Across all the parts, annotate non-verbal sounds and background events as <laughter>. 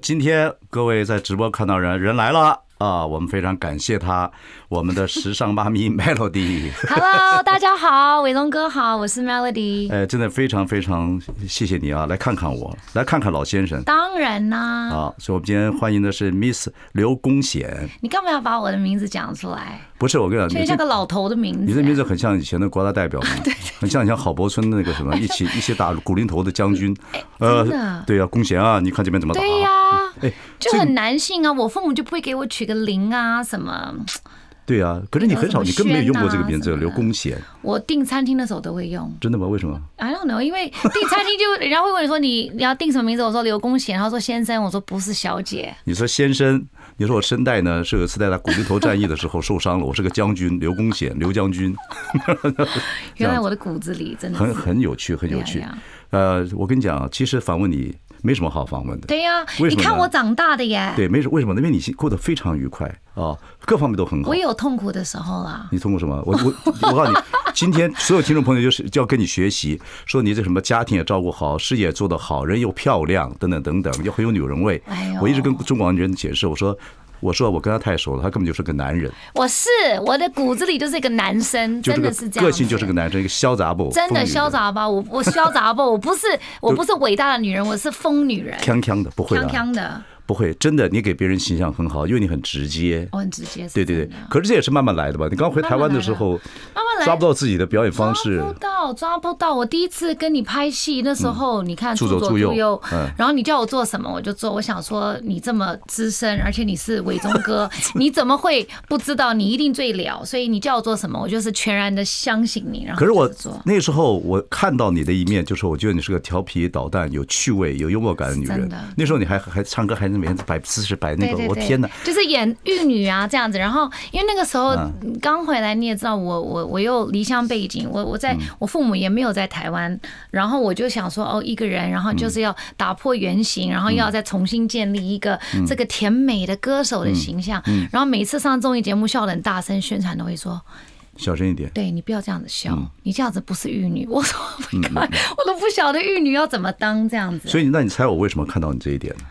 今天各位在直播看到人人来了啊，我们非常感谢他，我们的时尚妈咪 Melody。 <laughs> Hello，大家好，伟龙哥好，我是 Melody。哎，真的非常非常谢谢你啊！来看看我，来看看老先生当然啦、啊！所以我们今天欢迎的是 Miss 刘公显，你干嘛要把我的名字讲出来？不是我跟你这讲，个你这像个老头的名字。你这名字很像以前的国大代表 <laughs> 嘛，很像以前郝柏村那个什么一起一起打古林头的将军，哎 <laughs> 呃真的对呀、公显啊，你看这边怎么打、对呀、哎，就这个很男性啊。我父母就不会给我取个林啊什么。对呀、可是你很少，你根本没有用过这个名字，什么刘公显，我订餐厅的时候都会用。真的吗？为什么？ I don't know，因为订餐厅就人家会问你说你 <laughs> 你要订什么名字，我说刘公贤，他说先生，我说不是小姐。你说先生，你说我声带呢是有一次在打古林头战役的时候受伤了，我是个将军，刘公显，刘将军。原来我的骨子里真 <laughs> 的很是。很有趣，很有对呀趣对呀。呃，我跟你讲，其实访问你没什么好访问的。对呀、为你什么呢看我长大的耶，对，没什为什么？因为你过得非常愉快啊，各方面都很好我。也有痛苦的时候啊啦。你通过什么？我我我告诉你，今天所有听众朋友就是就要跟你学习，说你这什么家庭也照顾好，事业做得好，人又漂亮，等等等等，又很有女人味哎呦。我一直跟中广人解释，我说我说我跟他太熟了，他根本就是个男人，我是我的骨子里就是一个男生，就真的这是个这样个子，性就是个男生，一个潇洒不？真疯的女潇洒吧？我我潇洒吧？我不是我不是伟大的女人，我是疯女 <laughs> 人，锵锵的，不会锵的，锵的，不会，真的，你给别人形象很好，因为你很直接。我很直接。是对对对哦真的，可是这也是慢慢来的吧？你刚回台湾的时候，慢慢来抓不到自己的表演方式抓，不到，抓不到。我第一次跟你拍戏那时候，你看嗯助左左助右右嗯，然后你叫我做什么我就做。我想说你这么资深，而且你是伟忠 <laughs> 哥，你怎么会不知道？你一定最了，所以你叫我做什么，我就是全然的相信你。然后啊可是我就是做那时候我看到你的一面，就是我觉得你是个调皮捣蛋、有趣味、有幽默感的女是人真的。那时候你还还唱歌，还能每天摆姿势摆那个对，对我对天哪！就是演玉女啊这样子。然后因为那个时候嗯刚回来，你也知道我我我又离乡背景，我我在、嗯我父母也没有在台湾，然后我就想说哦一个人，然后就是要打破原形，然后嗯又要再重新建立一个这个甜美的歌手的形象。嗯然后每次上综艺节目笑得很大声，宣传都会说。小声一点，对你不要这样子笑，嗯你这样子不是玉女。我说 Oh my God，我都不晓得玉女要怎么当这样子。哦所以那你猜我为什么看到你这一点呢？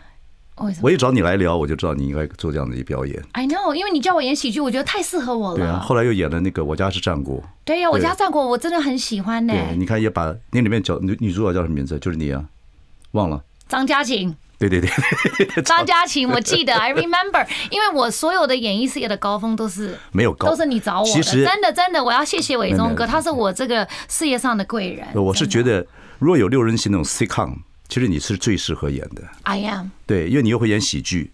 为什么我一找你来聊，我就知道你应该做这样的一表演。 ？I know，因为你叫我演喜剧，我觉得太适合我了。对啊，后来又演了那个《我家是战国》，对呀、我对家战国我真的很喜欢呢、对，你看也把那里面角女女主角叫什么名字？就是你啊，忘了。张 <laughs> 家琴，对对对，张家琴，我记得，I remember，因为我所有的演艺事业的高峰都是没有高都是你找我其的，实真的真的，我要谢谢伟忠没有哥，他是我这个事业上的贵人。我是觉得得，若有六人行那种 sitcom，其实你是最适合演的， I am，对，因为你又会演喜剧，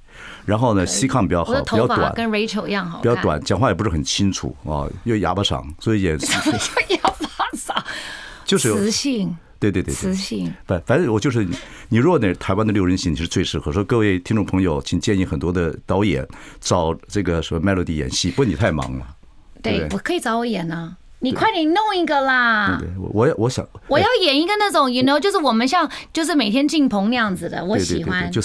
然后呢，sitcom 比较我好，的比较头发短，跟 Rachel 一样好看，比较， <laughs> 短，讲话也不是很清楚啊，又哑巴嗓，所以也要发傻，就是有，磁性，对对对磁对。性。反反正我就是你，你如果那台湾的六人行，你是最适合。说各位听众朋友，请建议很多的导演找这个什么 Melody 演戏，不过你太忙了。对对不，对我可以找我演呢、你快点弄一个啦！对，我我也我想，我哎要演一个那种，you know，就是我们像就是每天进棚那样子的，我对对喜对对，欢。就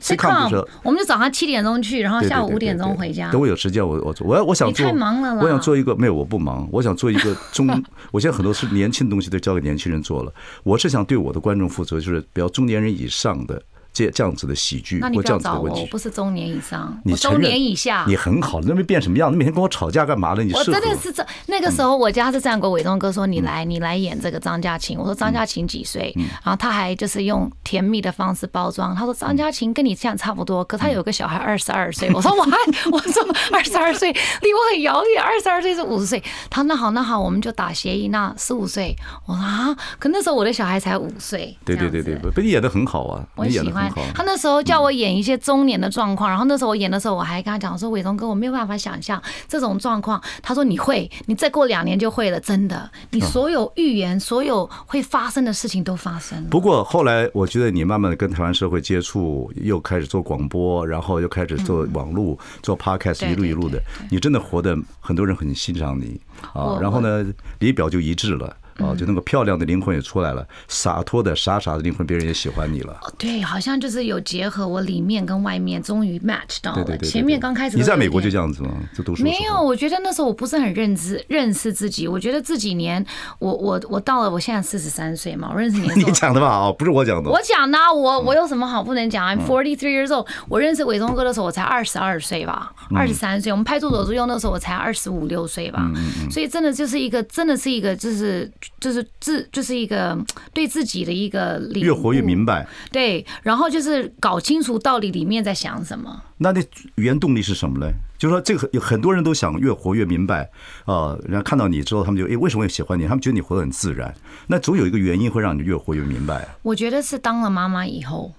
sitcom，sitcom 就是 sitcom，我们就早上七点钟去，然后对对下午对对五点钟对回家。等我有时间，我我做我要我想你做，太忙了啦我想做一个没有，我不忙，我想做一个 <laughs> 中，我现在很多是年轻的东西都交给年轻人做了。我是想对我的观众负责，就是比较中年人以上的这这样子的喜剧那你或不这样要子找的我，问我题。不是中年以上，你我承中认年以下你。很好，你那没变什么样？你每天跟我吵架干嘛呢？你我适合嗯真的是这那个时候，我家是战国伟忠哥说你来，你来演这个张家琴。我说张嗯家琴几岁？然后他还就是用甜蜜的方式包装。他说嗯张家琴跟你这样差不多，可他有个小孩二十二岁。<laughs> 我说哇，我说二十二岁离我很遥远，二十二岁是五十岁。他说那好那好，我们就打协议，那十五岁。我说啊，可那时候我的小孩才五岁。对对这对样子对，不，不你演的很好啊，我你演的喜很很好。啊安他那时候叫我演一些中年的状况，然后那时候我演的时候，我还跟他讲说：“伟忠哥，我没有办法想象这种状况。”他说：“你会，你再过两年就会了，真的。你嗯所有预言，所有会发生的事情都发生了。”不过后来，我觉得你慢慢的跟台湾社会接触，又开始做广播，然后又开始做网络、做 podcast，嗯对一路一路的，你真的活得很多人很欣赏你啊我。嗯然后呢，仪表就一致了啊，就那个漂亮的灵魂也出来了，洒脱的傻傻的灵魂，别人也喜欢你了。哦对，好像就是有结合我里面跟外面，终于 match 到了。对对对对，哦前面刚开始你在美国就就这样子吗？就读书的时没有，候我觉得那时候我不是很认知认识自己。我觉得这几年，我我我到了我现在四十三岁嘛，我认识你的时候 <laughs> 你讲的吧？啊，不是我讲的。我讲呢，我我有什么好不能讲？I'm forty three years old。我认识伟忠哥的时候，我才二十二岁吧，嗯二十三岁。我们派出所租用的时候，我才二十五六岁吧。嗯所以真的就是一个，真的是一个，就是就是自就是一个嗯对自己的一个领越活越悟明白，对，然后就是搞清楚到底里面在想什么。那那原动力是什么嘞？就是说，这个很很多人都想越活越明白啊、呃然后看到你之后，他们就诶，哎为什么会喜欢你？他们觉得你活得很自然。那总有一个原因会让你越活越明白。啊我觉得是当了妈妈以后，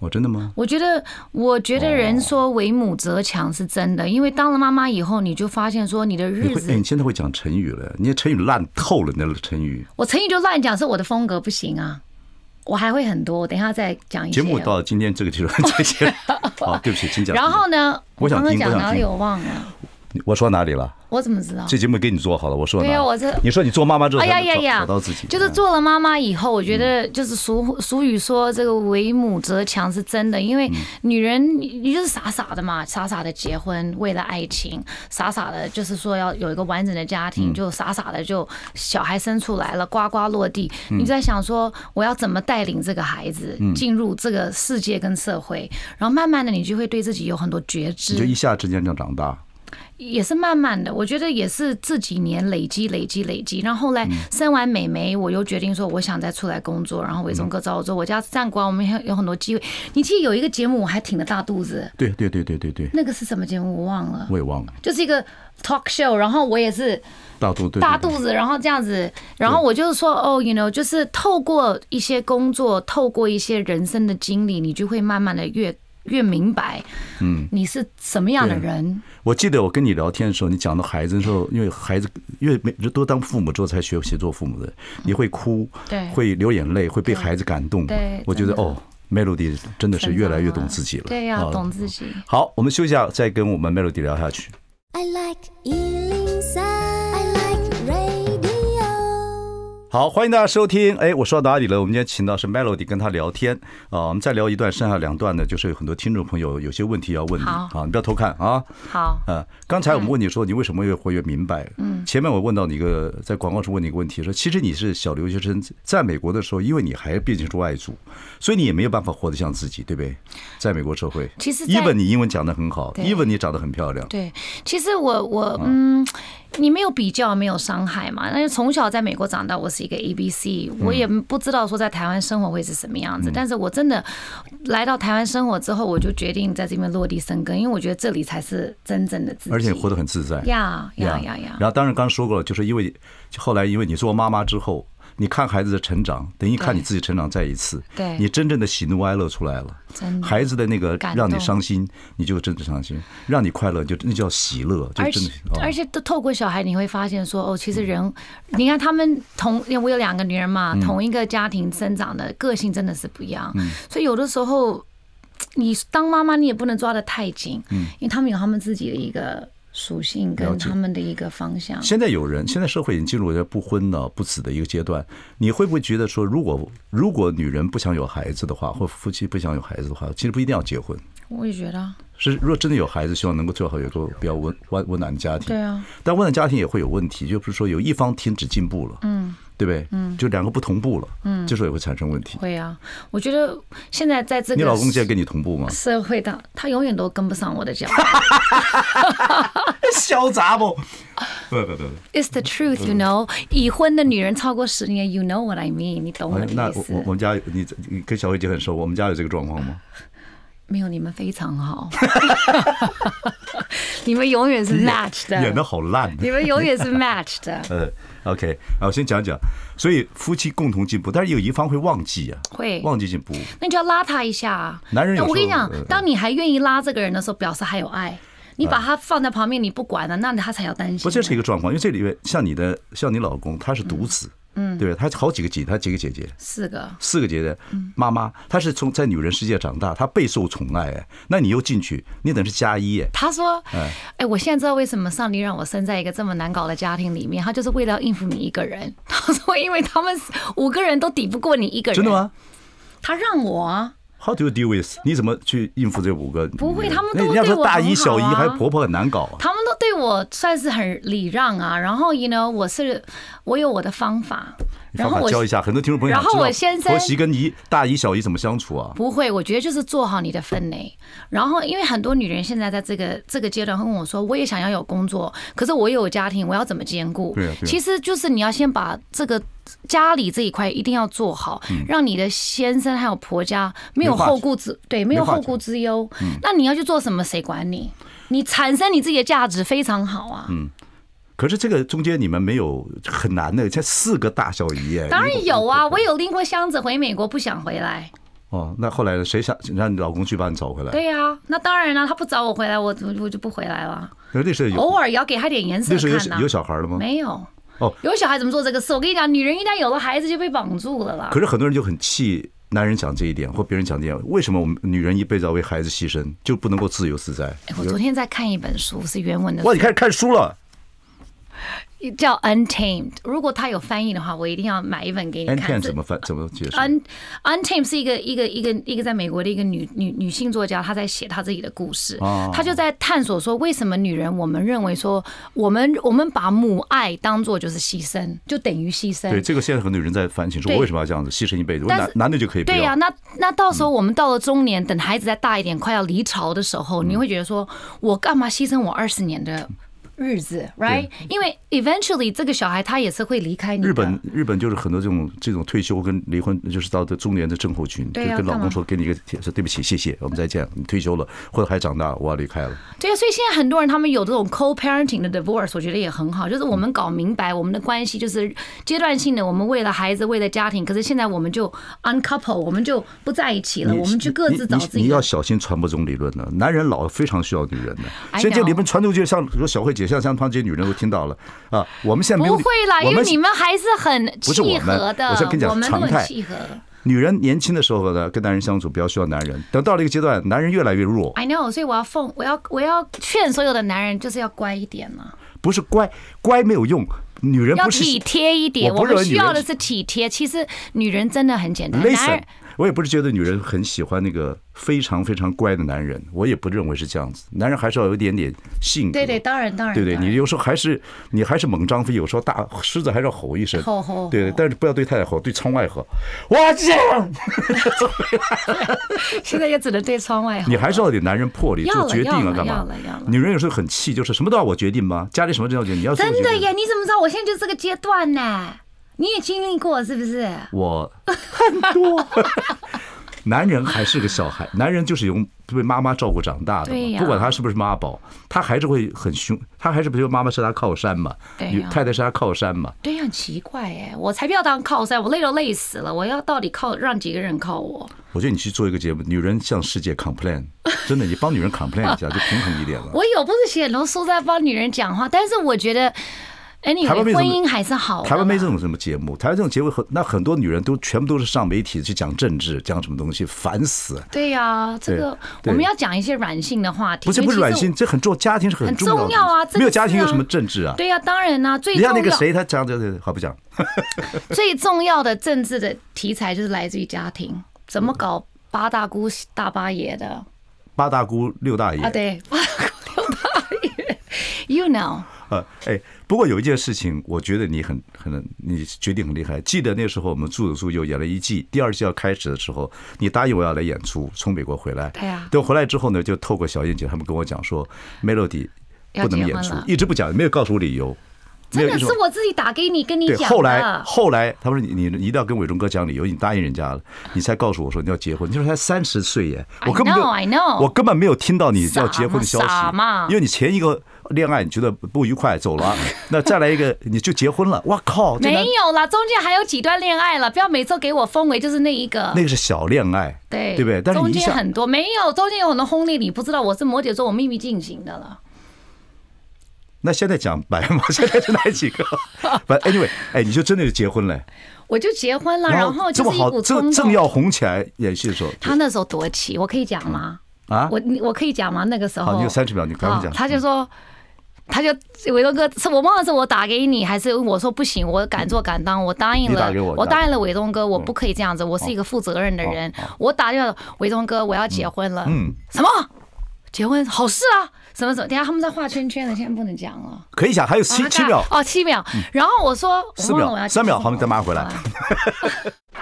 哦，真的吗？我觉得，我觉得哦人说为母则强是真的，因为当了妈妈以后，你就发现说你的你日会诶，哎子你，现在会讲成语了，你的成语烂透了，你的成语。我成语就乱讲，是我的风格不行啊。我还会很多，我等一下再讲一些节哦。目到今天这个阶 <laughs> 段再 <laughs> 见。好，对不起，请讲。然后呢，我想刚刚听我讲想哪里听我忘了，我说哪里了？我怎么知道？这节目给你做好了，我说哪里对呀我这你说你做妈妈之后哎才能呀找，呀呀找到自己，嗯就是做了妈妈以后，我觉得就是俗俗语说这个为母则强是真的，因嗯为女人你你就是傻傻的嘛，傻傻的结婚，为了爱情，傻傻的就是说要有一个完整的嗯家庭，就傻傻的就小孩生出来了，呱呱落地，嗯你在想说我要怎么带领这个孩子进入这个世界跟社会，然后慢慢的你就会对自己有很多觉知，你就一下之间这样长大。也是慢慢的，我觉得也是这几年累积、累积、累积。然后后来生完美眉，我又决定说我想再出来工作。然后伟忠哥找我做，我家站馆，我们有有很多机会。你记得有一个节目，我还挺着大肚子，对对对对对对，那个是什么节目我忘了，我也忘了。就是一个 talk show。然后我也是大肚对对大对肚子，然后这样子，然后我就是说，哦，you know，就是透过一些工作，透过一些人生的经历，你就会慢慢的越越明白，嗯，你是什么样的对人。我记得我跟你聊天的时候，你讲到孩子的时候，因为孩子因为没都当父母之后才学习做父母的，你会哭，对会流眼泪，会被孩子感动。对我觉得真的哦，Melody 真的是越来越懂自己了。对呀、啊懂自己。好，我们休息一下，再跟我们 Melody 聊下去。 I like Ealing Sound. I like radio. 好，欢迎大家收听。哎，我说到哪里了？我们今天请到是 Melody 跟他聊天啊，我们再聊一段，剩下两段呢，就是有很多听众朋友有些问题要问你好啊，你不要偷看啊。好，呃，刚才我们问你说嗯你为什么越活越明白？嗯，前面我问到你一个在广告时问你一个问题，说其实你是小留学生，在美国的时候，因为你还毕竟是外族，所以你也没有办法活得像自己，对不对？在美国社会，其实在 even 你英文讲得很好对，even 你长得很漂亮，对，其实我啊我嗯，你没有比较，没有伤害嘛。但是从小在美国长大，我是一个 A B C，我嗯也不知道说在台湾生活会是什么样子。但是我真的来到台湾生活之后，我就决定在这边落地生根，因为我觉得这里才是真正的自己。而且你活得很自在。呀呀呀呀呀，然后当然刚说过了，就是因为就后来因为你做妈妈之后，你看孩子的成长，等于看对你自己成长再一次，对你真正的喜怒哀乐出来了。真的孩子的那个感让你动伤心，你就真的伤心；让你快乐，就那叫喜乐，就而真且的。哦嗯而且都透过小孩，你会发现说，哦，其实人，你看他们同，因为我有两个女人嘛，同一个家庭生长的个性真的是不一样，嗯所以有的时候你当妈妈，你也不能抓得太紧，因为他们有他们自己的一个属嗯性了跟解他们的一个方向。现在有人，现在社会已经进入了不婚呢不子的一个阶段。你会不会觉得说，如果如果女人不想有孩子的话，或夫妻不想有孩子的话，其实不一定要结婚。我也觉得，是，如果真的有孩子，希望能够最好有个比较温温温暖的家庭。对啊，但温暖家庭也会有问题，就比如说有一方停止进步了，嗯，对不对？嗯，就两个不同步了，嗯，这时候也会产生问题。会啊，我觉得现在在这个？你老公现在跟你同步吗 <laughs> 社会的，他永远都跟不上我的 <laughs> 脚。潇洒不？啊不不不 It's the truth, you know。已婚的女人超过十年，you know what I mean？你懂不，我哎的那意我思我。我们家有你你跟小慧姐很熟，我们家有这个状况吗？没有你们非常好， <laughs> 你们永远是 match 的，演的好烂。啊你们永 <laughs> 远是 match 的，呃，OK，啊，我先讲讲，所以夫妻共同进步，但是有一方会忘记啊，会忘记进步，那就要拉他一下啊。男人有时候我跟你讲呃，当你还愿意拉这个人的时候，表示还有爱。你把他放在旁边，你不管了，那他才要担心。不，这是一个状况，因为这里面像你的，像你老公，他是独子，嗯，对吧？他好几个姐，他几个姐姐，四个，四个姐姐，嗯妈妈，她是从在女人世界长大，她备受宠爱，哎那你又进去，你等于是加一，哎他说：“哎，我现在知道为什么上帝让我生在一个这么难搞的家庭里面，他就是为了要应付你一个人。”他说：“因为他们五个人都抵不过你一个人。”真的？吗他让我啊， ？How do you deal with？你怎么去应付这五个女人？不会他们都那人家对说我大很姨、小姨好啊还有婆婆很难搞啊，他们都对我算是很礼让啊。然后，you know，我是我有我的方法，你然方后法我教一下，很多听众朋友然想后知我道先婆生媳跟姨、大姨、小姨怎么相处啊？不会，我觉得就是做好你的分内。然后，因为很多女人现在在这个这个阶段会问我说，我也想要有工作，可是我也有家庭，我要怎么兼顾？对啊对啊其实就是你要先把这个家里这一块一定要做好，让你的先生还有婆家没嗯有没话后顾之对，没有没话嗯后顾之忧。那你要去做什么，谁管你？你产生你自己的价值非常好啊。可是这个中间你们没有很难的，才四个大小姨哎耶。当然有啊，如果我有拎过箱子回美国，不想回来。哦，那后来呢？谁想让你老公去把你找回来？对呀、那当然啦、啊他不找我回来，我我我就不回来了。那那时候有，偶尔也要给他点颜色那时候有看小呐、有小孩了吗？没有。哦有小孩怎么做这个事？我跟你讲，女人一旦有了孩子就被绑住了啦可。是很多人就很气男人讲这一点，或别人讲这一点。为什么我们女人一辈子要为孩子牺牲，就不能够自由自在？哎我昨天在看一本书，是原文的哇，你开始看书了书，叫《Untamed》。如果它有翻译的话，我一定要买一本给你？N 看。片是怎么翻？怎么解释？ Un Untamed 是一个一个一个一个在美国的一个女女女性作家，她在写她自己的故事哦，她就在探索说为什么女人我们认为说我们我们把母爱当做就是牺牲，就等于牺牲。对，这个现在很多人在反省，说对我为什么要这样子牺牲一辈子？我但男是男的就可以不对呀、要。那那到嗯时候我们到了中年，等孩子再大一点，快要离巢的时候，嗯你会觉得说，我干嘛牺牲我二十年的日子，right？因为 eventually 这个小孩他也是会离开你的。日本日本就是很多这种这种退休跟离婚，就是到这中年的症候群，就对呀跟老干公嘛说，给你一个帖说对不起，谢谢，我们再见，你退休了或者孩子长大了，我要离开了。对啊，所以现在很多人他们有这种 co-parenting 的 divorce，我觉得也很好，就是我们搞明白我们的关系就是阶段性的，我们为了孩子，为了家庭，可是现在我们就 uncouple，我们就不在一起了，你呃我们去各自找你自你己你要的。小心传播这种理论呢、男人老非常需要女人的、 I 所以这 know 里面传出去，像说小慧姐、像像她这些女人都听到了啊。我们现在没有不会啦，我因为们你们还是很不是我契们合的，我是跟你讲我们都常态很契合。女人年轻的时候呢，跟男人相处比较需要男人，等到了一个阶段，男人越来越弱， I know，所以我要奉，我要我要劝所有的男人就是要乖一点嘛，不是乖乖没有用，女人要不是体贴一点。我我不认为们需要的女人是体贴。其实女人真的很简单，男 Listen，人我也不是觉得女人很喜欢那个非常非常乖的男人，我也不认为是这样子。男人还是要有一点点性格，对哎对，当然当然，对不对？当然你有时候还是你还是猛张飞，有时候大狮子还是要吼一声，吼吼吼对对，但是不要对太太吼，对窗外吼。哇这样，现在也只能对窗外吼你还是要有点男人魄力，要了做决定要啊，了干嘛要了要了？女人有时候很气，就是什么都要我决定吗？家里什么都要决定，你要做真决的定耶？你怎么知道我现在就是这个阶段呢？你也经历过是不是？我很多。 <laughs> 男人还是个小孩，男人就是由被妈妈照顾长大的对嘛，呀不管他是不是妈宝，他还是会很凶，他还是比如妈妈是他靠山嘛，对女呀太太是他靠山嘛，对啊呀，很奇怪耶，我才不要当靠山，我累都累死了，我要到底靠让几个人靠我？我觉得你去做一个节目，女人向世界 <laughs> complain，真的，你帮女人 complain 一下，就平衡一点了。我有不是写很多书在帮女人讲话，但是我觉得台湾没什，anyway，么婚姻还是好的台湾没啦这种什么节目，台湾这种节目很，那很多女人都全部都是上媒体去讲政治，讲什么东西，烦死。对呀、这对个对我们要讲一些软性的话题，不是因为不是其实软性，这很重，家庭是很很重要的重要啊东西没有这家个庭是有啊什么政治啊我。？对呀、当然啦、最人重家要那个谁，他讲的好不讲？最重要的政治的题材就是来自于家庭，怎嗯么搞八大姑大八爷的八大姑六大爷 <laughs> 啊？对，八大姑六大爷，you know， <laughs> 呃，哎，不过有一件事情，我觉得你很很，你决定很厉害。记得那时候我们住的住又演了一季，第二季要开始的时候，你答应我要来演出，从美国回来。对啊等我回来之后呢，就透过小燕姐他们跟我讲说，Melody 要不能结演婚出了，一直不讲，没有告诉我理由。没真有的一种是我自己打给你跟你对，讲的。后来后来他说你你你一定要跟伟忠哥讲理由，你答应人家了，你才告诉我说你要结婚。你说才三十岁耶， I 我根本就 know，I know 我根本没有听到你要结婚的消息哦傻嘛傻嘛，因为你前一个恋爱你觉得不愉快走 <laughs> 了，啊那再来一个你就结婚了，哇靠，这男没有啦，中间还有几段恋爱了，不要每次给我封为就是那一个。那个是小恋爱，对对不对？但是中你一间下很多没有，中间有很多轰烈，你不知道我是摩羯座，我秘密进行的了。那现在讲白嘛，现在是哪 <laughs> 几个？反 anyway，哎，你就真的就结婚了，我就结婚了，啊然后这就么是一好股，正冲正动。要红起来，也是说他那时候多气，我可以讲吗？啊，我你我可以讲吗？那个时候，好你有30秒你赶快讲嗯好他就说，他就伟东哥，是我忘了是我打给你，还是我说不行，我敢做敢当，我答应你打了给我，嗯哦我你打答应了伟东哥，我不可以这样子，我是一个负责任的人好好，我打电话，伟东哥，我要结婚了，哦嗯，什么？结婚好事啊？什么什么？等一下他们在画圈圈了，现在不能讲了。可以讲，还有七啊七秒。嗯哦，七秒。然后我说，四我忘了秒我要三秒讲好我们再马上回来什么。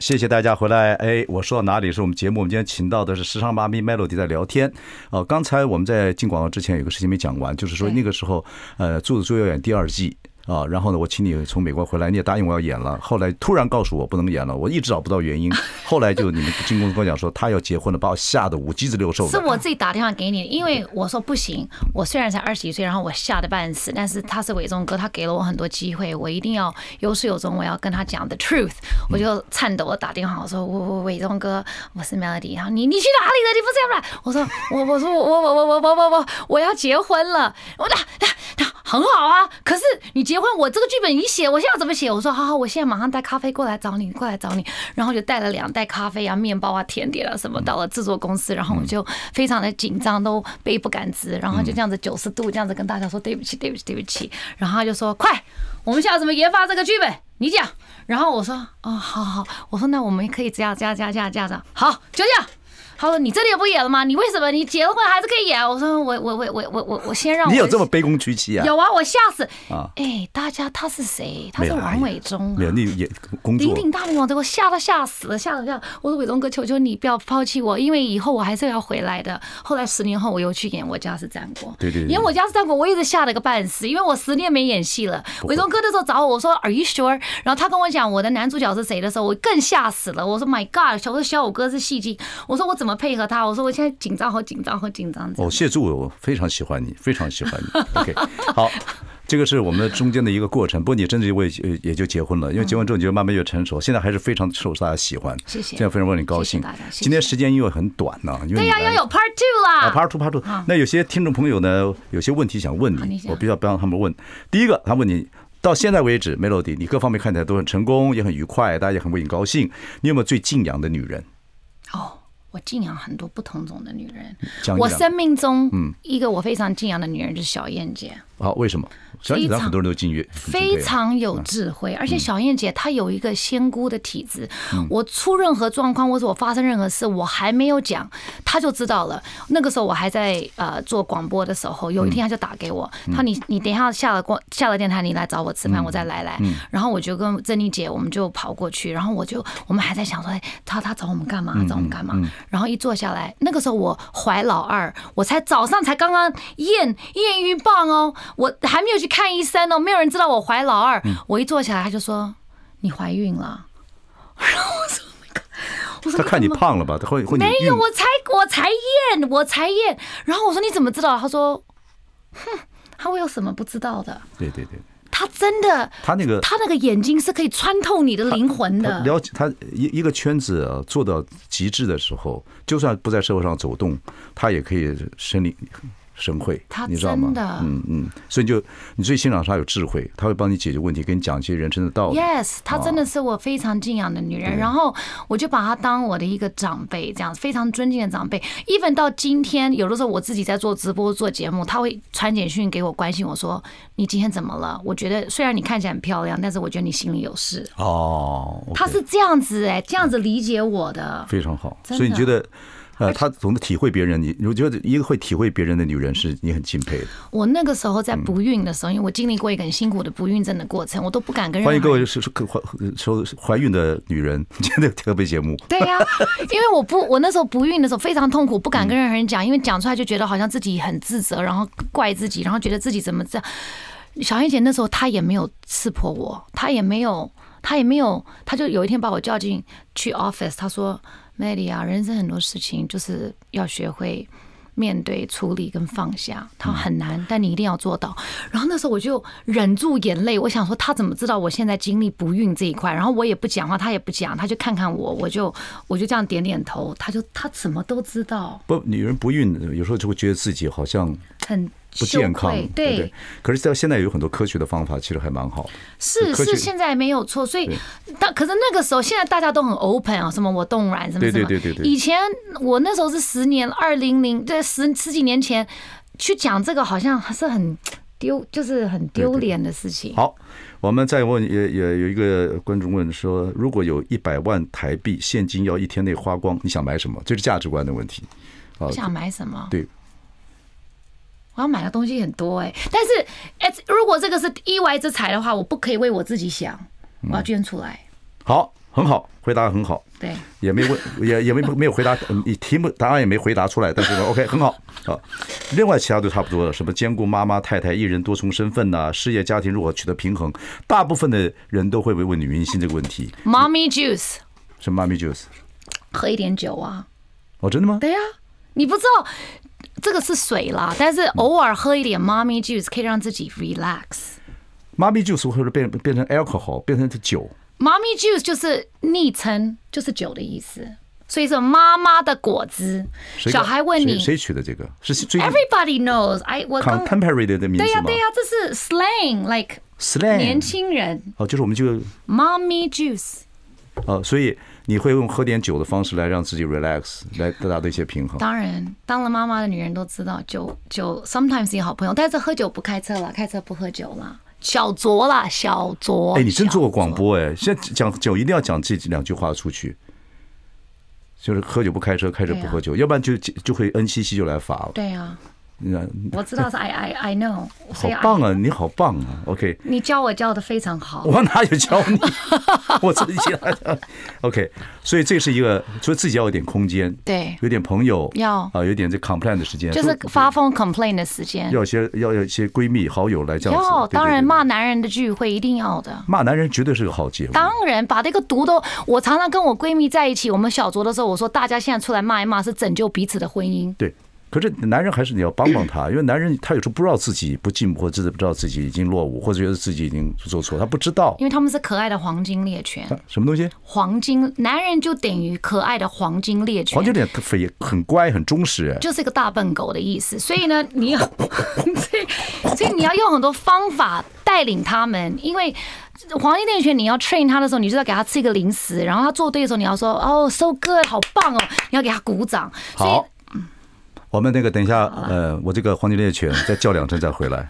谢谢大家回来。哎，我说到哪里是我们节目？我们今天请到的是时尚妈咪 Melody 在聊天。哦，刚才我们在进广告之前有个事情没讲完，就是说对那个时候，呃，《柱子最耀眼》第二季。啊，然后呢，我请你从美国回来，你也答应我要演了。后来突然告诉我不能演了，我一直找不到 <laughs> 原因。后来就你们经纪公司跟我讲说他要结婚了，把我吓得我鸡子六兽的。是我自己打电话给你，因为我说不行，我虽然才二十一岁，然后我吓得半死，但是他是伟忠哥，他给了我很多机会，我一定要有始有终，我要跟他讲 the truth。我就颤抖的打电话，我说我我伟忠哥，我是 Melody，然后你你去哪里了？你不是要来？我说我我说我我我我我我我我要结婚了，我那那那很好啊，可是你结婚，我这个剧本你写，我现在要怎么写？我说好好，我现在马上带咖啡哎过来找你，过来找你，然后就带了两袋咖啡啊、面包啊、甜点啊什嗯么到了制作公司，然后我就非常的紧张，都背不敢直，然后嗯就这样子九十度这样子跟大家说对不起，对不起，对不起，然后他就说快，我们现在怎么研发这个剧本？你讲，然后我说哦，好好，我说那我们可以这样这样这样这样这样这样，好，就这样。他说：“你真的也不演了吗？你为什么你结了婚还是可以演？”啊我说：“我我我我我我我先让我你有这么卑躬屈膝啊？有啊，我吓死！啊哎，大家他是谁？他没是有哎呀王伟忠、啊没。有，那也工鼎作鼎大名王，结果吓都吓死了，吓都吓！我说伟忠哥，求求你不要抛弃我，因为以后我还是要回来的。后来十年后，我又去演《我家是战国》，对对对演《我家是战国》，我一直吓了个半死，因为我十年没演戏了。伟忠哥那时候找我，我说 Are you sure？然后他跟我讲我的男主角是谁的时候，我更吓死了。我说 My God！我说小五哥是戏精，我说我怎么配合他？我说我现在紧张，好紧张，好紧张。哦，谢柱，我非常喜欢你，非常喜欢 <laughs> 你。OK，好，这个是我们的中间的一个过程。不过你真的为呃也就结婚了，因为结婚之后你就慢慢越成熟，现在还是非常受大家喜欢，嗯谢谢现在非常为你高兴。谢谢大家谢谢今天时间因为很短呢、因为对呀、你来要有 Part Two 啦。啊，part two part two。那有些听众朋友呢，有些问题想问好你你，讲我必须要帮他们问。第一个，他问你。到现在为止，Melody，你各方面看起来都很成功，也很愉快，大家也很为你高兴。你有没有最敬仰的女人？哦，我敬仰很多不同种的女人讲。一嗯我两生命中，一个我非常敬仰的女人就是小燕姐，啊，为什么？小姐，非咱常很多人都敬业，非常有智嗯慧，而且小燕姐她有一个仙姑的体质。我出任何状况或者我发生任何事，我还没有讲，她就知道了。那个时候我还在呃做广播的时候，有嗯一天她就打给我，她说你你等一下下了广下了电台，你来找我吃嗯饭，我再来来。然后我就跟珍妮姐我们就跑过去，然后我就我们还在想说，哎，她她找我们干嘛？嗯找我们干嘛？然后一坐下来，那个时候我怀老二，我才早上才刚刚验验孕棒哦，我还没有去看医生哦，没有人知道我怀老二。嗯我一坐下来，他就说你怀孕了， <laughs> 然后我说 Oh my god，我 <laughs> 说他看你怎么胖了 <laughs> 吧？他会会你没运有，我才我才验，我才验。然后我说你怎么知道？他说，哼，他会有什么不知道的？对对对，他真的，他那个他那个眼睛是可以穿透你的灵魂他的。了解他一一个圈子啊做到极致的时候，就算不在社会上走动，他也可以身临神会他，你知道吗真的？嗯嗯，所以你就你最欣赏他有智慧，他会帮你解决问题，跟你讲一些人生的道理。 Yes，她真的是我非常敬仰的女嗯人，然后我就把她当我的一个长辈，这样非常尊敬的长辈。even 到今天，有的时候我自己在做直播、做节目，她会传简讯给我，关心我说：“你今天怎么了？”我觉得虽然你看起来很漂亮，但是我觉得你心里有事。哦，OK 她是这样子哎、这样子理解我的。非常好，真的所以你觉得呃，她总得体会别人，呃你我觉得一个会体会别人的女人是你很敬佩的。我那个时候在不孕的时候，因为我经历过一个很辛苦的不孕症的过程，我都不敢跟任何欢迎人各位是是怀收怀孕的女人， <laughs> 今天的特别节目。对呀、因为我不，我那时候不孕的时候非常痛苦，不敢跟任何人讲，因为讲出来就觉得好像自己很自责，然后怪自己，然后觉得自己怎么这样。小燕姐那时候她也没有刺破我，她也没有，她也没有，她就有一天把我叫进去 office，她说 m a d y 啊，人生很多事情就是要学会。面对、处理跟放下，她嗯很难，但你一定要做到。然后那时候我就忍住眼泪，我想说她怎么知道我现在经历不孕这一块？然后我也不讲话，她也不讲，她就看看我，我就我就这样点点头，她就她怎么都知道，不，女人不孕有时候就会觉得自己好像很不健羞康愧，对不对？可是到现在有很多科学的方法，其实还蛮好。是科学是，现在没有错，所以对但可是那个时候，现在大家都很 open 啊，什么我冻卵什么对什对么。对对对以前我那时候是十年，二零零对十十几年前去讲这个，好像还是很丢，就是很丢脸的事情。好，我们再问，也也有一个观众问说，如果有一百万台币现金要一天内花光，你想买什么？这是价值观的问题。啊我，想买什么？对，我要买的东西很多哎、但是哎，如果这个是意外之财的话，我不可以为我自己想，嗯我要捐出来。好，很好，回答很好，对，也没问，也也没没有回答，嗯你题目答案也没回答出来，但是呢 OK 很好啊。另外其他都差不多了，什么兼顾妈妈、太太一人多重身份呐、事业家庭如何取得平衡，大部分的人都会问女明星这个问题。 mommy juice，什么 mommy juice？喝一点酒啊。哦，真的吗？对呀、你不知道这个是水啦，但是偶尔喝一点 mommy juice 可以让自己 relax。 mommy juice 或者变变成 alcohol，变成酒。 mommy juice 就是昵称，就是酒的意思，所以是妈妈的果汁。谁小孩问你谁谁取的这个？是最近，Everybody knows，哎，我刚 contemporary 的名字吗？嗯对呀、对呀、这是 slang，like slang 年轻人哦，就是我们就，mommy juice。哦，所以你会用喝点酒的方式来让自己 relax，来达到一些平衡。当然，当了妈妈的女人都知道，酒酒 sometimes 是好朋友，但是喝酒不开车啦，开车不喝酒啦，小酌啦，小酌。哎，你真做过小酌广播哎！现在讲酒一定要讲这两句话出去，就是喝酒不开车，开车不喝酒，要不然就就就会 NCC 就来罚了。啊对啊，那我知道是 I I I know，好所以 I- 棒啊，哦你好棒啊！OK，你教我教的非常好。我哪有教你？ <laughs> 我自己来的。OK，所以这是一个，所以自己要有点空间，对有点朋友，要啊，有点这 complain 的时间，就是所以发疯 complain 的时间要，有些要有一些闺蜜好友来这样子。要对对当然对骂男人的聚会一定要的。骂男人绝对是个好节目。当然，把这个毒都，我常常跟我闺蜜在一起，我们小酌的时候，我说大家现在出来骂一骂，是拯救彼此的婚姻。对，可是男人还是你要帮帮他，因为男人他有时候不知道自己不进步，或者不知道自己已经落伍，或者觉得自己已经做错，他不知道啊因为他们是可爱的黄金猎犬，什么东西。黄金男人就等于可爱的黄金猎犬，黄金脸非很乖很忠实，哎就是一个大笨狗的意思。所以呢，你要， <laughs> 所以所以你要用很多方法带领他们，因为黄金猎犬你要 train 它的时候，你就要给它吃一个零食，然后它做对的时候，你要说哦 so good，好棒哦，你要给它鼓掌。所好以。我们那个等一下，呃，我这个黄金猎犬再叫两声再回来。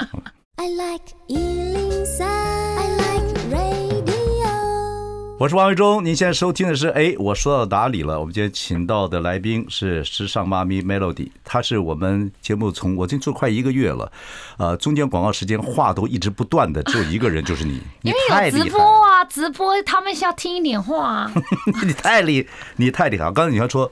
<laughs> I like Ealing Sound. I like radio. 我是王维忠，您现在收听的是哎，我说到哪里了？我们今天请到的来宾是时尚妈咪 Melody，她是我们节目从我已经做快一个月了，呃，中间广告时间话都一直不断的，只有一个人就是你，你因为太有厉直害播了，啊，直播他们是要听一点话啊。 <laughs> <laughs> 你太厉，你太厉害了。刚才你要说，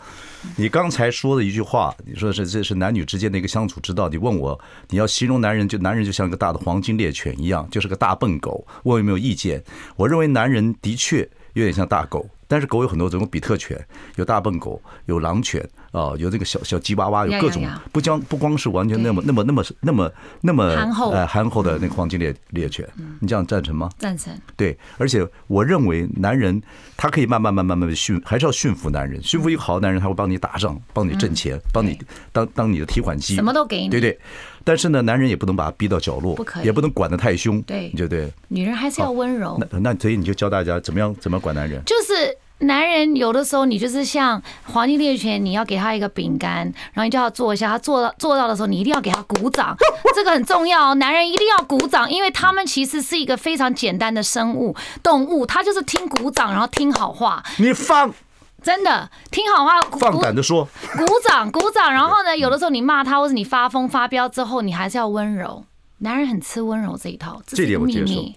你刚才说的一句话，你说是这是男女之间的一个相处之道。你问我你要形容男人，就男人就像一个大的黄金猎犬一样，就是个大笨狗。我有没有意见？我认为男人的确有点像大狗，但是狗有很多种，有比特犬，有大笨狗，有狼犬啊、有这个小小吉娃娃，有呀各呀种呀不将不光是完全那么那么那么那么那么憨厚嗯呃憨厚的那个黄金猎猎犬，你这样赞成吗？赞成，对，而且我认为男人他可以慢慢慢慢慢慢驯，还是要驯服男人。驯服一个好男人，他会帮你打仗，帮你挣钱，帮你当当你的提款机，嗯什么都给你对对。但是呢，男人也不能把他逼到角落，不可以也不能管得太凶，对哦你就对。女人还是要温柔。那那所以你就教大家怎么样怎么管男人。就是男人有的时候，你就是像黄金猎犬，你要给他一个饼干，然后你叫他做一下，他做到做到的时候，你一定要给他 <laughs> 鼓掌，这个很重要哦。男人一定要鼓掌，因为他们其实是一个非常简单的生物动物，他就是听鼓掌，然后听好话。你放真的听好话，鼓放胆的说， <laughs> 鼓掌鼓掌。然后呢，有的时候你骂他或者你发疯发飙之后，你还是要温柔。男人很吃温柔这一套，这是一点个我秘接受密。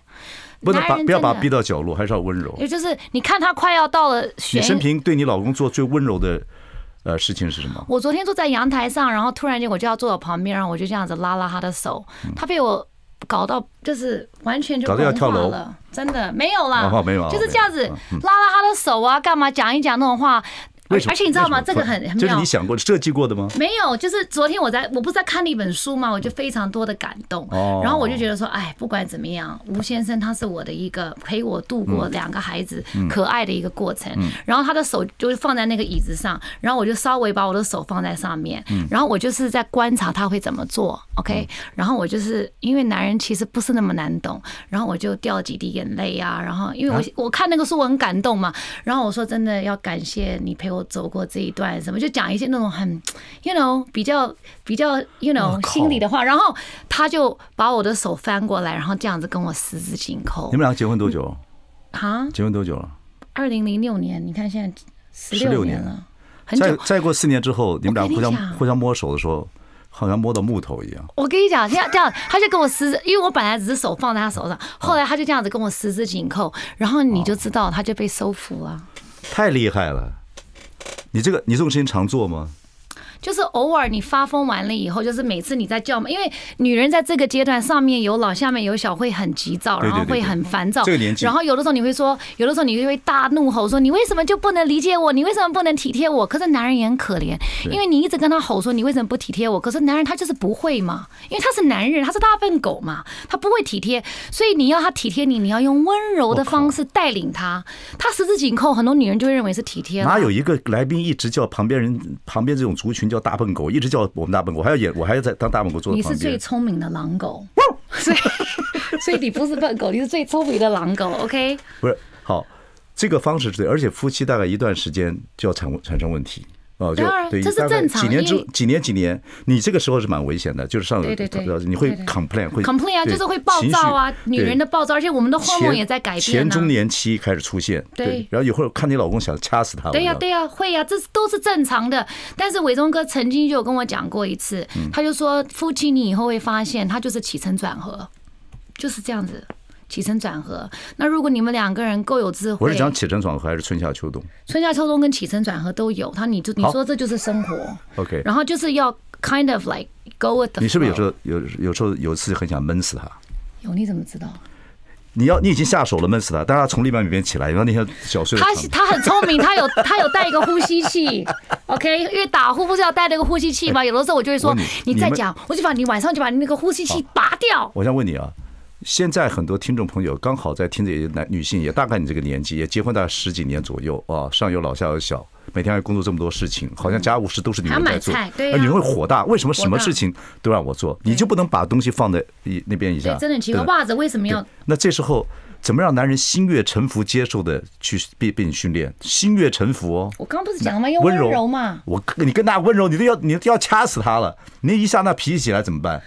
不能男把人不要真把的逼到角落，还是要温柔。也就是你看他快要到了你悬生平对你老公做最温柔的呃事情是什么？我昨天坐在阳台上，然后突然间我就要坐到旁边，然后我就这样子拉拉他的手，他被我搞到就是完全就嗯搞得要跳融化楼了，真的没有啦哦，没有就是这样没子有拉拉他的手啊，干嘛讲一讲那种话，为什么？而且你知道吗？为什这么个很很这是妙你。想过设计过的吗？没有，就是昨天我在我不是在看了一本书嘛，我就非常多的感动，哦然后我就觉得说，哎，不管怎么样，吴先生他是我的一个陪我度嗯过两个孩子可爱的一个过程，然后他的手就是放在那个椅子上，然后我就稍微把我的手放在上面，嗯然后我就是在观察他会怎么做，OK，然后我就是因为男人其实不是那么难懂，然后我就掉几滴眼泪啊，然后因为我、我看那个书我很感动嘛，然后我说真的要感谢你陪我走过这一段，什么就讲一些那种很，you know 比较比较我 you know 靠心里的话，然后他就把我的手翻过来，然后这样子跟我十指紧扣你们。两个结婚多久？啊，结婚多久了？二零零六年，你看现在十16六年年了，很再久。再过四年之后，你们俩我跟你互相讲互相摸手的时候，好像摸到木头一样。我跟你讲，这样这样，他就跟我十指，因为我本来只是手放在他手上，后来他就这样子跟我十指紧扣，然后你就知道他就被收服了。太厉害了！你这个你这种事情常做吗？就是偶尔你发疯完了以后，就是每次你在叫嘛，因为女人在这个阶段上面有老下面有小，会很急躁，对对然后对会对很烦躁。这个年纪然后有的时候你会说，有的时候你就会大怒吼说：“你为什么就不能理解我？你为什么不能体贴我？”可是男人也很可怜，因为你一直跟他吼说：“你为什么不体贴我？”可是男人他就是不会嘛，因为他是男人，他是大笨狗嘛，他不会体贴，所以你要他体贴你，你要用温柔的方式带领他。他十指紧扣，很多女人就会认为是体贴了。哪有一个来宾一直叫旁边人旁边这种族群叫大笨狗，一直叫我们大笨狗，我还要演，我还要在当大笨狗坐你在旁是最边。聪明的狼狗， <laughs> 所以所以你不是笨狗，你是最聪明的狼狗。OK，不是好，这个方式是对，而且夫妻大概一段时间就要产产生问题。哦，就当然对，这是大概正常几年因之为几年几年，你这个时候是蛮危险的，就是上对对对你会对对 complain 会 complain 啊，对就是会暴躁啊情，绪女人的暴躁，而且我们的荷尔蒙前也在改变啊前中呢。年期开始出现，对然后一会儿看你老公想掐死他，对呀、我知道对呀、会呀、这都是正常的。但是伟忠哥曾经就有跟我讲过一次，嗯他就说夫妻你以后会发现，他就是起承转合，就是这样子。起承转合，那如果你们两个人够有智慧，我是讲起承转合还是春夏秋冬春夏秋冬跟起承转合都有。他你就你好说这就是生活， ？OK，然后就是要 kind of like go with the。你是不是有时候有有时候有一次很想闷死他？有你怎么知道？你要你已经下手了，闷死他，但是他从另外一边起来，然后那些小碎的他场面他很聪明，他有他有带一个呼吸 <laughs> 器，OK，因为打呼不是要带那个呼吸器吗？有的时候我就会我说问你，你再你们讲，我就把你晚上就把你那个呼吸器拔掉。我想问你啊，现在很多听众朋友刚好在听这些男女性，也大概你这个年纪，也结婚大概十几年左右啊，上有老下有小，每天还工作这么多事情，好像家务事都是女人在做，还要买菜对呀而女人会火大，为什么什么火大事情都让我做？啊你就不能把东西放在一那边一下？对，真的很奇怪，对吧袜子为什么要对？那这时候怎么让男人心悦诚服接受的去被被你训练？心悦诚服哦。我刚刚不是讲了吗？要温柔嘛，我你跟他温柔，你都要你都要掐死他了，你一下那脾气起来怎么办？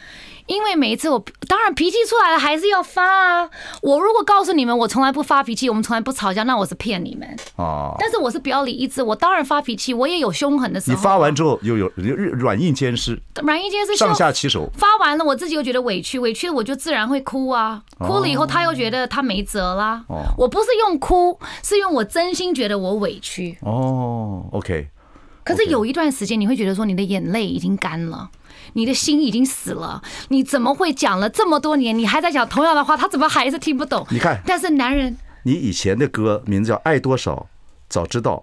因为每一次我当然脾气出来了还是要发啊。我如果告诉你们我从来不发脾气，我们从来不吵架，那我是骗你们。啊！但是我是表里一致，我当然发脾气，我也有凶狠的时你候。发完之后又有又软硬兼施，软硬件是上像下其手。发完了，我自己又觉得委屈，委屈了我就自然会哭啊，哭了以后他又觉得他没辙啦。哦我不是用哭，是用我真心觉得我委屈。哦，OK，可是有一段时间，你会觉得说你的眼泪已经干了。你的心已经死了，你怎么会讲了这么多年，你还在讲同样的话，他怎么还是听不懂？你看但是男人你以前的歌名字叫《爱多少早知道》。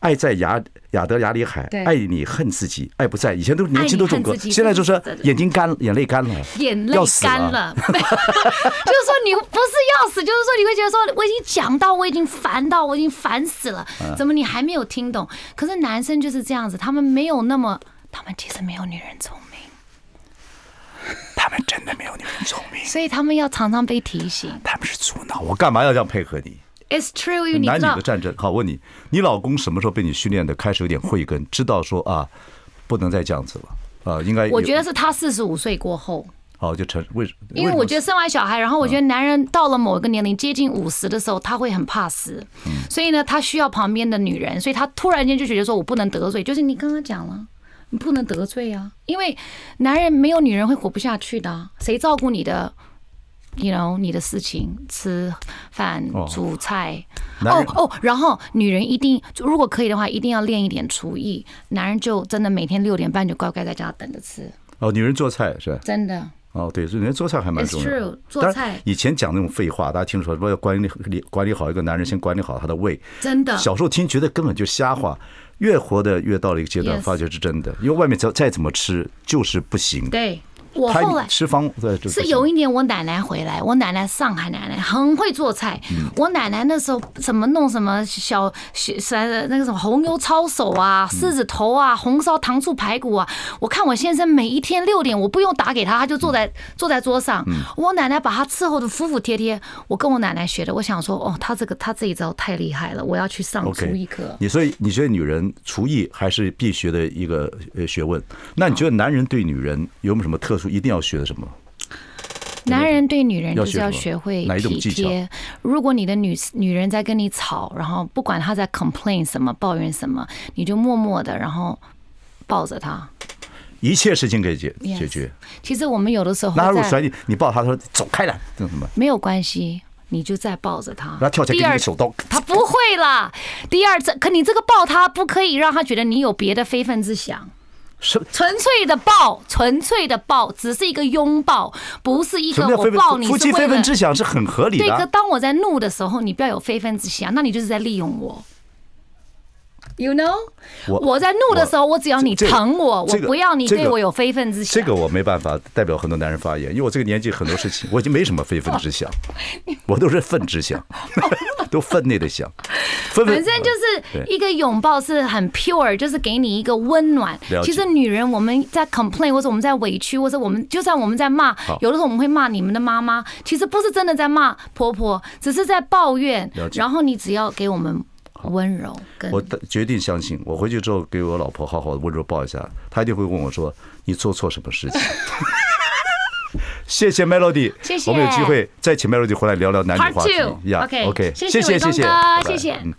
爱在雅雅德雅里海对，爱你恨自己，爱不在。以前都年轻都这种爱歌，你恨自己现在就是对对对眼睛干，眼泪干了，眼泪要死干了。了， <laughs> 就是说你不是要死，就是说你会觉得说我已经讲到，我已经烦到，我已经烦死了，嗯怎么你还没有听懂？可是男生就是这样子，他们没有那么，他们其实没有女人聪明，他们真的没有你们聪明，所以他们要常常被 <laughs> 提醒。他们是猪脑。我干嘛要这样配合你？ It's true，因为你哎男知女道的，战争。好，问你，你老公什么时候被你训练的开始有点慧根，知道说啊，不能再这样子了啊，应该有。我觉得是他四十五岁过后，哦，就成为因为我觉得得生完小孩，然后我觉得男人到了某一个年龄，接近五十的时候，他会很怕死，嗯所以呢，他需要旁边的女人，所以他突然间就觉得说我不能得罪，就是你刚刚讲了。你不能得罪啊，因为男人没有女人会活不下去的啊、谁照顾你的，you know，你的事情，吃饭哦、煮菜，男哦人哦，然后女人一定，如果可以的话，一定要练一点厨艺。男人就真的每天六点半就乖乖在家等着吃，哦，女人做菜是吧真的。哦，对，所以人家做菜还蛮 It's 重要的 true，。做哎当然菜以前讲那种废话，大家听说说要管理管理好一个男人，先管理好他的胃。嗯真的小时候听觉得根本就瞎话，越活的越到了一个阶段， Yes 发觉是真的。因为外面再再怎么吃就是不行。对我他后来吃方对这是不行有一年我奶奶回来，我奶奶上海奶奶很会做菜，嗯我奶奶那时候怎么弄什么小小啥那个什么红牛抄手啊、嗯狮子头啊、红烧糖醋排骨啊，我看我先生每一天六点我不用打给他，他就坐嗯在坐在桌上，我奶奶把他伺候的服服帖帖，我跟我奶奶学的，我想说哦，他这个他这一招太厉害了，我要去上厨 OK 艺课。你所以你觉得女人厨艺还是必学的一个呃学问？那你觉得男人对女人有没有什么特殊一定要学的什么？男人对女人要就是学要什么学会哪一种体技巧贴。如果你的女女人在跟你吵，然后不管她在 complain 什么、抱怨什么，你就默默的，然后抱着她。一切事情可以解 Yes 解决。其实我们有的时候那他如果在甩你，你抱他，他说走开了，这怎么办？没有关系，你就再抱着她。他跳起来第给你二个手刀，他不会啦。第二，这可你这个抱他，不可以让他觉得你有别的非分之想。什纯粹的抱，纯粹的抱，只是一个拥抱，不是一什个么叫我非分抱？你夫是妻为非了分之想是很合理对，的可啊。当我在怒的时候，你不要有非分之想，那你就是在利用我。You know，我在怒的时候，我只要你这疼我，这个我不要你这个对我有非分之这想。个我没办法代表很多男人发言，因为我这个年纪很多事情我已经没什么非分之 <laughs> 想，我都是愤之想， <laughs> 都分内的想，分分本身就对是一个拥抱是很 pure，就是给你一个温暖了。解其实女人我们在 complain 或者我们在委屈，或者我们就算我们在骂，有的时候我们会骂你们的妈妈，其实不是真的在骂婆婆，只是在抱怨了。解然后你只要给我们温柔跟我的决定相信，我回去之后给我老婆好好的温柔抱一下，她一定会问我说：“你做错什么事情？” <laughs> 谢谢 Melody，谢谢我们有机会再请 Melody 回来聊聊男女 Part 话题 two，呀 OK， OK，谢谢谢谢伟谢东谢，哥拜拜谢谢嗯